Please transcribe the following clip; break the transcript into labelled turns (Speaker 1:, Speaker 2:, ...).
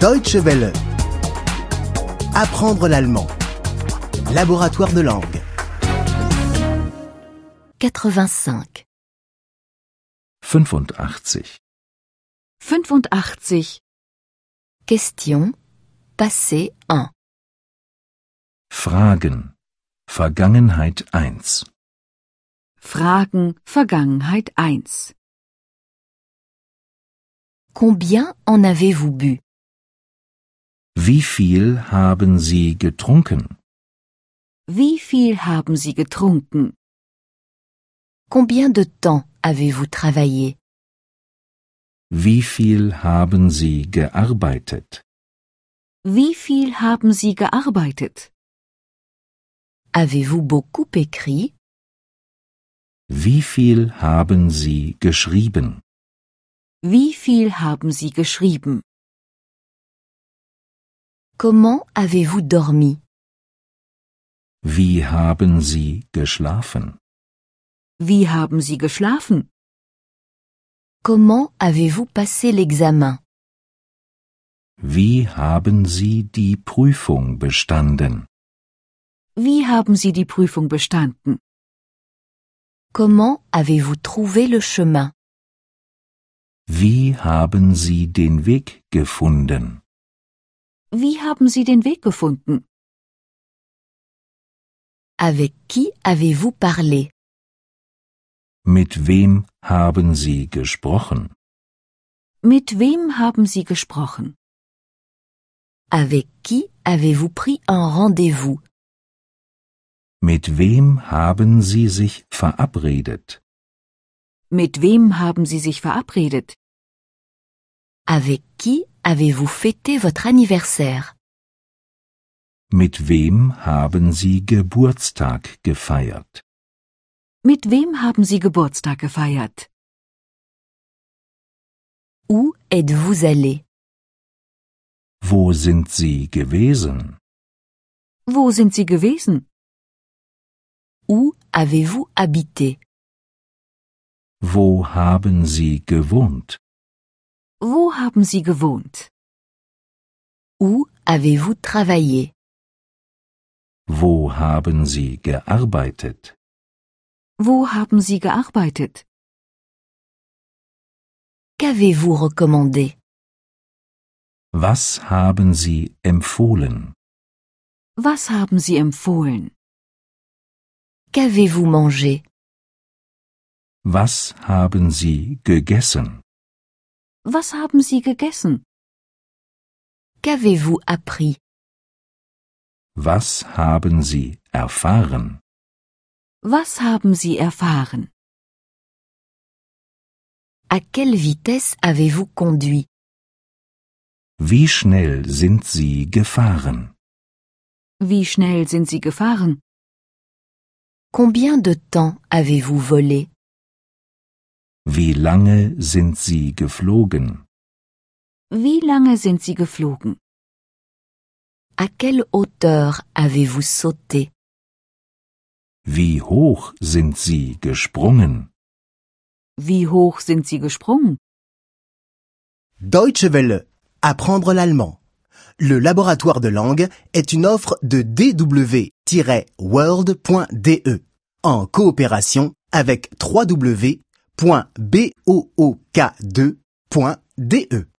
Speaker 1: Deutsche Welle. Apprendre l'allemand. Laboratoire de langue.
Speaker 2: 85.
Speaker 3: 85.
Speaker 4: 85.
Speaker 2: Question. Passé 1.
Speaker 3: Fragen. Vergangenheit 1.
Speaker 4: Fragen Vergangenheit 1.
Speaker 2: Combien en avez-vous bu
Speaker 3: Wie viel haben Sie getrunken?
Speaker 4: Wie viel haben Sie getrunken?
Speaker 2: Combien de temps avez-vous travaillé
Speaker 3: Wie viel haben Sie gearbeitet?
Speaker 4: Wie viel haben Sie gearbeitet?
Speaker 2: Avez-vous beaucoup écrit
Speaker 3: Wie viel haben Sie geschrieben?
Speaker 4: Wie viel haben Sie geschrieben?
Speaker 2: Comment avez-vous dormi
Speaker 3: Wie haben Sie geschlafen?
Speaker 4: Wie haben Sie geschlafen?
Speaker 2: Comment avez-vous passé l'examen
Speaker 3: Wie haben Sie die Prüfung bestanden?
Speaker 4: Wie haben Sie die Prüfung bestanden?
Speaker 2: Comment avez-vous trouvé le chemin
Speaker 3: Wie haben Sie den Weg gefunden?
Speaker 4: Wie haben Sie den Weg gefunden?
Speaker 2: Avec qui avez-vous parlé
Speaker 3: Mit wem haben Sie gesprochen?
Speaker 4: Mit wem haben Sie gesprochen?
Speaker 2: Avec qui avez-vous pris un rendez-vous
Speaker 3: Mit wem haben Sie sich verabredet?
Speaker 4: Mit wem haben Sie sich verabredet?
Speaker 2: Avec qui avez-vous fêté votre anniversaire
Speaker 3: Mit wem haben Sie Geburtstag gefeiert?
Speaker 4: Mit wem haben Sie Geburtstag gefeiert?
Speaker 2: Où êtes-vous allé
Speaker 3: Wo sind Sie gewesen?
Speaker 4: Wo sind Sie gewesen?
Speaker 2: Où avez-vous habité
Speaker 3: Wo haben Sie gewohnt?
Speaker 4: Wo haben Sie gewohnt?
Speaker 2: Où avez-vous travaillé
Speaker 3: Wo haben Sie gearbeitet?
Speaker 4: Wo haben Sie gearbeitet?
Speaker 2: Qu'avez-vous recommandé
Speaker 3: Was haben Sie empfohlen?
Speaker 4: Was haben Sie empfohlen?
Speaker 2: Qu'avez-vous mangé
Speaker 3: Was haben Sie gegessen?
Speaker 4: Was haben Sie gegessen?
Speaker 2: Qu'avez-vous appris
Speaker 3: Was haben Sie erfahren?
Speaker 4: Was haben Sie erfahren?
Speaker 2: À quelle vitesse avez-vous conduit
Speaker 3: Wie schnell sind Sie gefahren?
Speaker 4: Wie schnell sind Sie gefahren?
Speaker 2: Combien de temps avez-vous volé
Speaker 3: Wie lange sind Sie geflogen?
Speaker 4: Wie lange sind Sie geflogen?
Speaker 2: À quelle hauteur avez-vous sauté
Speaker 3: Wie hoch sind Sie gesprungen?
Speaker 4: Wie hoch sind Sie gesprungen?
Speaker 1: Deutsche Welle. Apprendre l'allemand. Le laboratoire de langue est une offre de dw-world.de E en coopération avec www.book2.de.